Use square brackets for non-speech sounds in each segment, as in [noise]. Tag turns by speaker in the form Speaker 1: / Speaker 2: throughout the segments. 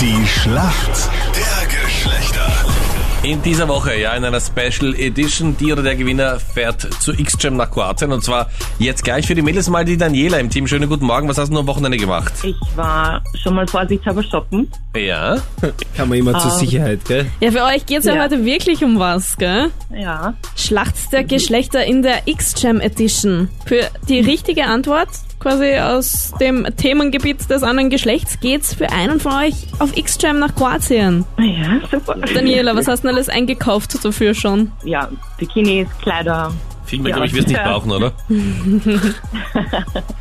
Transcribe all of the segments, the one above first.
Speaker 1: Die Schlacht der Geschlechter.
Speaker 2: In dieser Woche, ja, in einer Special Edition, die oder der Gewinner fährt zu X-Gem nach Kroatien. Und zwar jetzt gleich für die Mädels mal die Daniela im Team. Schönen guten Morgen. Was hast du am Wochenende gemacht?
Speaker 3: Ich war schon mal vorsichtshalber shoppen.
Speaker 2: Ja.
Speaker 4: [laughs] Kann man immer zur
Speaker 2: Ah.
Speaker 4: Sicherheit, gell?
Speaker 5: Ja, für euch geht's ja,
Speaker 3: Ja.
Speaker 5: heute wirklich um was, gell?
Speaker 3: Ja.
Speaker 5: Schlacht der Geschlechter in der X-Jam Edition. Für die richtige Antwort, quasi aus dem Themengebiet des anderen Geschlechts, geht's für einen von euch auf X-Jam nach Kroatien.
Speaker 3: Ja, super.
Speaker 5: Daniela, was hast du denn alles eingekauft dafür schon?
Speaker 3: Ja, Bikinis, Kleider.
Speaker 2: Viel mehr,
Speaker 3: Ja.
Speaker 2: glaube ich, wirst du nicht
Speaker 3: Ja.
Speaker 2: brauchen, oder?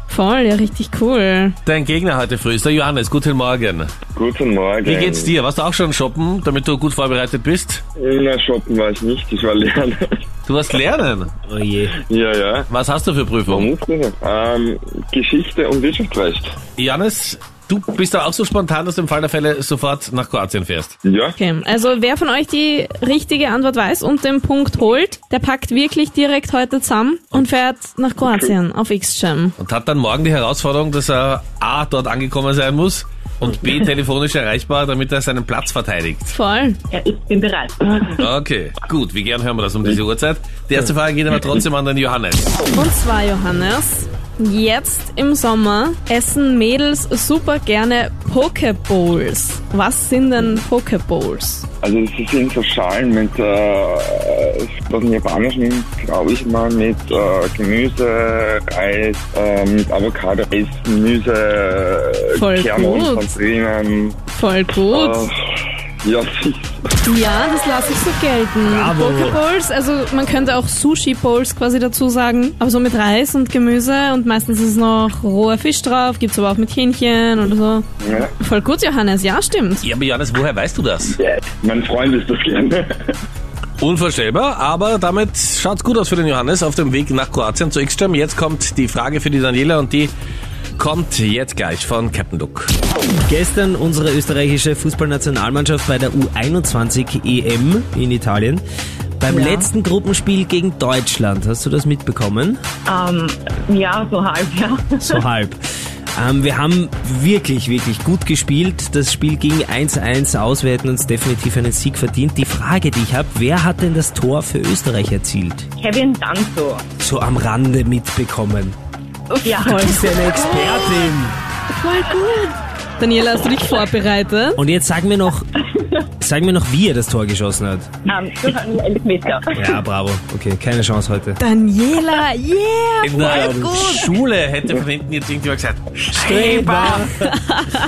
Speaker 5: Voll, ja, richtig cool.
Speaker 2: [laughs] Dein Gegner heute früh ist der Johannes. Guten Morgen.
Speaker 6: Guten Morgen.
Speaker 2: Wie geht's dir? Warst du auch schon shoppen, damit du gut vorbereitet bist?
Speaker 6: Na, shoppen war ich nicht, ich war lernen.
Speaker 2: Du warst lernen.
Speaker 4: Oh je.
Speaker 6: [laughs] ja, ja.
Speaker 2: Was hast du für Prüfung?
Speaker 6: Berufsbildung. Ähm, Geschichte und Wirtschaftsrecht.
Speaker 2: Johannes, du bist da auch so spontan, dass du im Fall der Fälle sofort nach Kroatien fährst.
Speaker 6: Ja?
Speaker 5: Okay, also wer von euch die richtige Antwort weiß und den Punkt holt, der packt wirklich direkt heute zusammen und fährt nach Kroatien auf X-Jam.
Speaker 2: Und hat dann morgen die Herausforderung, dass er A, dort angekommen sein muss und [laughs] B, telefonisch erreichbar, damit er seinen Platz verteidigt.
Speaker 5: Voll.
Speaker 3: Ja, ich bin bereit. Ähm,
Speaker 2: Okay, gut, wie gern hören wir das um diese Uhrzeit. Die erste Frage geht aber trotzdem an den Johannes.
Speaker 5: Und zwar, Johannes, jetzt im Sommer essen Mädels super gerne Pokeballs. Was sind denn Pokeballs?
Speaker 6: Also das sind so Schalen mit, äh, aus dem Japanischen, glaube ich mal, mit äh, Gemüse, Reis, äh, mit Avocado, Reis, Gemüse,
Speaker 5: Voll
Speaker 6: Kerne und
Speaker 5: gut.
Speaker 6: Patrinen.
Speaker 5: Voll gut.
Speaker 6: Äh, ja,
Speaker 5: Ja, das lasse ich so gelten. Pokeballs, also man könnte auch Sushi-Bowls quasi dazu sagen, aber so mit Reis und Gemüse und meistens ist noch roher Fisch drauf, gibt's aber auch mit Hähnchen oder so.
Speaker 6: ja.
Speaker 5: Voll gut, Johannes, ja, stimmt.
Speaker 2: Ja, aber Johannes, woher weißt du das?
Speaker 6: Mein Freund ist das gerne. [laughs]
Speaker 2: Unvorstellbar, aber damit schaut's gut aus für den Johannes auf dem Weg nach Kroatien zu X-Jam. Jetzt kommt die Frage für die Daniela und die kommt jetzt gleich von Captain Luke.
Speaker 4: Gestern unsere österreichische Fußballnationalmannschaft bei der U21 EM in Italien. Beim
Speaker 3: Ja.
Speaker 4: letzten Gruppenspiel gegen Deutschland. Hast du das mitbekommen?
Speaker 3: ähm, ja, so halb, ja.
Speaker 4: So halb. Ähm, wir haben wirklich, wirklich gut gespielt. Das Spiel ging 1-1 aus. Wir hätten uns definitiv einen Sieg verdient. Die Frage, die ich habe, wer hat denn das Tor für Österreich erzielt?
Speaker 3: Kevin Danzo.
Speaker 4: So am Rande mitbekommen.
Speaker 3: Ja.
Speaker 4: Du bist ja eine Expertin.
Speaker 5: Voll gut. Daniela, hast du dich vorbereitet?
Speaker 4: Und jetzt sagen wir noch, sagen wir noch, wie er das Tor geschossen hat.
Speaker 3: Ähm, durch einen Elfmeter.
Speaker 4: Ja, bravo. Okay, keine Chance heute.
Speaker 5: Daniela, yeah!
Speaker 2: In der Schule hätte von hinten jetzt irgendjemand gesagt, Streber!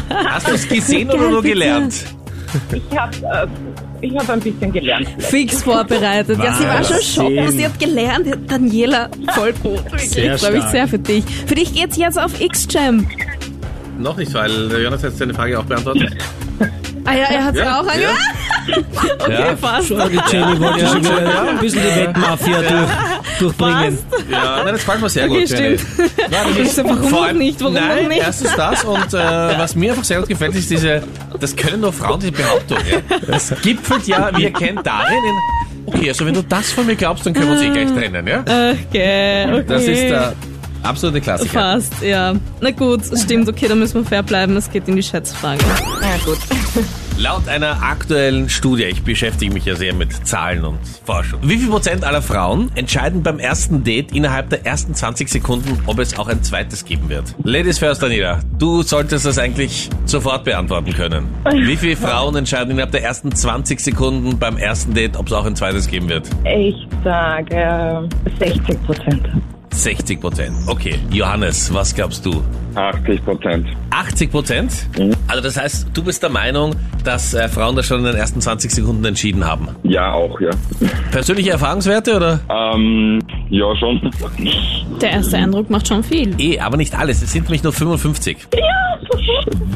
Speaker 2: Hast du's gesehen oder nur gelernt?
Speaker 3: Ich habe äh, ich hab ein bisschen gelernt.
Speaker 5: Fix vorbereitet. Ja, sie war schon schocken, sie hat gelernt. Daniela, voll gut.
Speaker 4: Sehr
Speaker 5: ich freue mich
Speaker 4: stark.
Speaker 5: sehr für dich. Für dich geht's jetzt auf X-Jam.
Speaker 2: Noch nicht, weil der Johannes hat seine Frage auch beantwortet.
Speaker 5: Ah ja, er hat's
Speaker 2: Ja,
Speaker 5: ja, auch Ah, angehört. okay,
Speaker 2: Ja.
Speaker 5: passt.
Speaker 4: Die Jenny wollte schon wieder ein bisschen die Wettmafia durch, durchbringen.
Speaker 5: Passt.
Speaker 2: Ja, [laughs] nein, das gefällt mir sehr
Speaker 5: Okay,
Speaker 2: gut. Jenny. Ja, du bist-
Speaker 5: Also, warum
Speaker 2: vor
Speaker 5: auch
Speaker 2: allem-
Speaker 5: nicht? Warum
Speaker 2: nein,
Speaker 5: auch nicht?
Speaker 2: erstens das und äh, was mir einfach sehr gut gefällt, ist diese, das können nur Frauen, diese Behauptung. Ja. Das gipfelt ja, wir kennen darin in, okay, also wenn du das von mir glaubst, dann können wir uns eh gleich trennen, ja?
Speaker 5: Okay, okay.
Speaker 2: Das ist der absolute Klassiker.
Speaker 5: Passt, ja. Na gut, stimmt, okay, da müssen wir fair bleiben. Es geht in die Schätzfrage.
Speaker 3: Ja, gut.
Speaker 2: Laut einer aktuellen Studie, ich beschäftige mich ja sehr mit Zahlen und Forschung, wie viel Prozent aller Frauen entscheiden beim ersten Date innerhalb der ersten 20 Sekunden, ob es auch ein zweites geben wird? Ladies first, Anita, du solltest das eigentlich sofort beantworten können. Wie viele Frauen entscheiden innerhalb der ersten 20 Sekunden beim ersten Date, ob es auch ein zweites geben wird?
Speaker 3: Ich sage 60 Prozent.
Speaker 2: 60 Prozent. Okay, Johannes, was glaubst du?
Speaker 6: 80 Prozent.
Speaker 2: 80 Prozent? Also das heißt, du bist der Meinung, dass äh, Frauen das schon in den ersten 20 Sekunden entschieden haben.
Speaker 6: Ja, auch, ja.
Speaker 2: Persönliche Erfahrungswerte oder?
Speaker 6: Ähm, ja, schon.
Speaker 5: Der erste Eindruck macht schon viel.
Speaker 2: Eh, aber nicht alles. Es sind nämlich nur 55.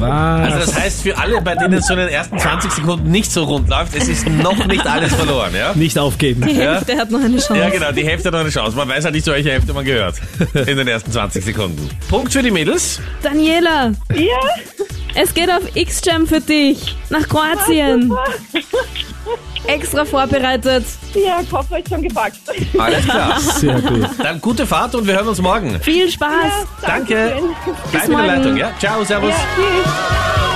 Speaker 2: Also
Speaker 4: Was?
Speaker 2: das heißt, für alle, bei denen es so in den ersten 20 Sekunden nicht so rund läuft, es ist noch nicht alles verloren, ja?
Speaker 4: Nicht aufgeben.
Speaker 5: Die
Speaker 2: Ja.
Speaker 5: Hälfte hat noch eine Chance.
Speaker 2: Ja, genau, die Hälfte hat noch eine Chance. Man weiß halt nicht, zu welcher Hälfte man gehört. In den ersten 20 Sekunden. Punkt für die Mädels.
Speaker 5: Daniela,
Speaker 3: Ja,
Speaker 5: es geht auf X-Jam für dich. Nach Kroatien. Extra vorbereitet.
Speaker 3: ja, Koffer ist schon gepackt.
Speaker 2: Alles klar.
Speaker 4: Sehr gut.
Speaker 2: Dann gute Fahrt und wir hören uns morgen.
Speaker 5: Viel Spaß.
Speaker 2: Danke. Bleib in der
Speaker 5: morgen.
Speaker 2: Leitung, ja? Ciao, servus.
Speaker 3: Ja, tschüss.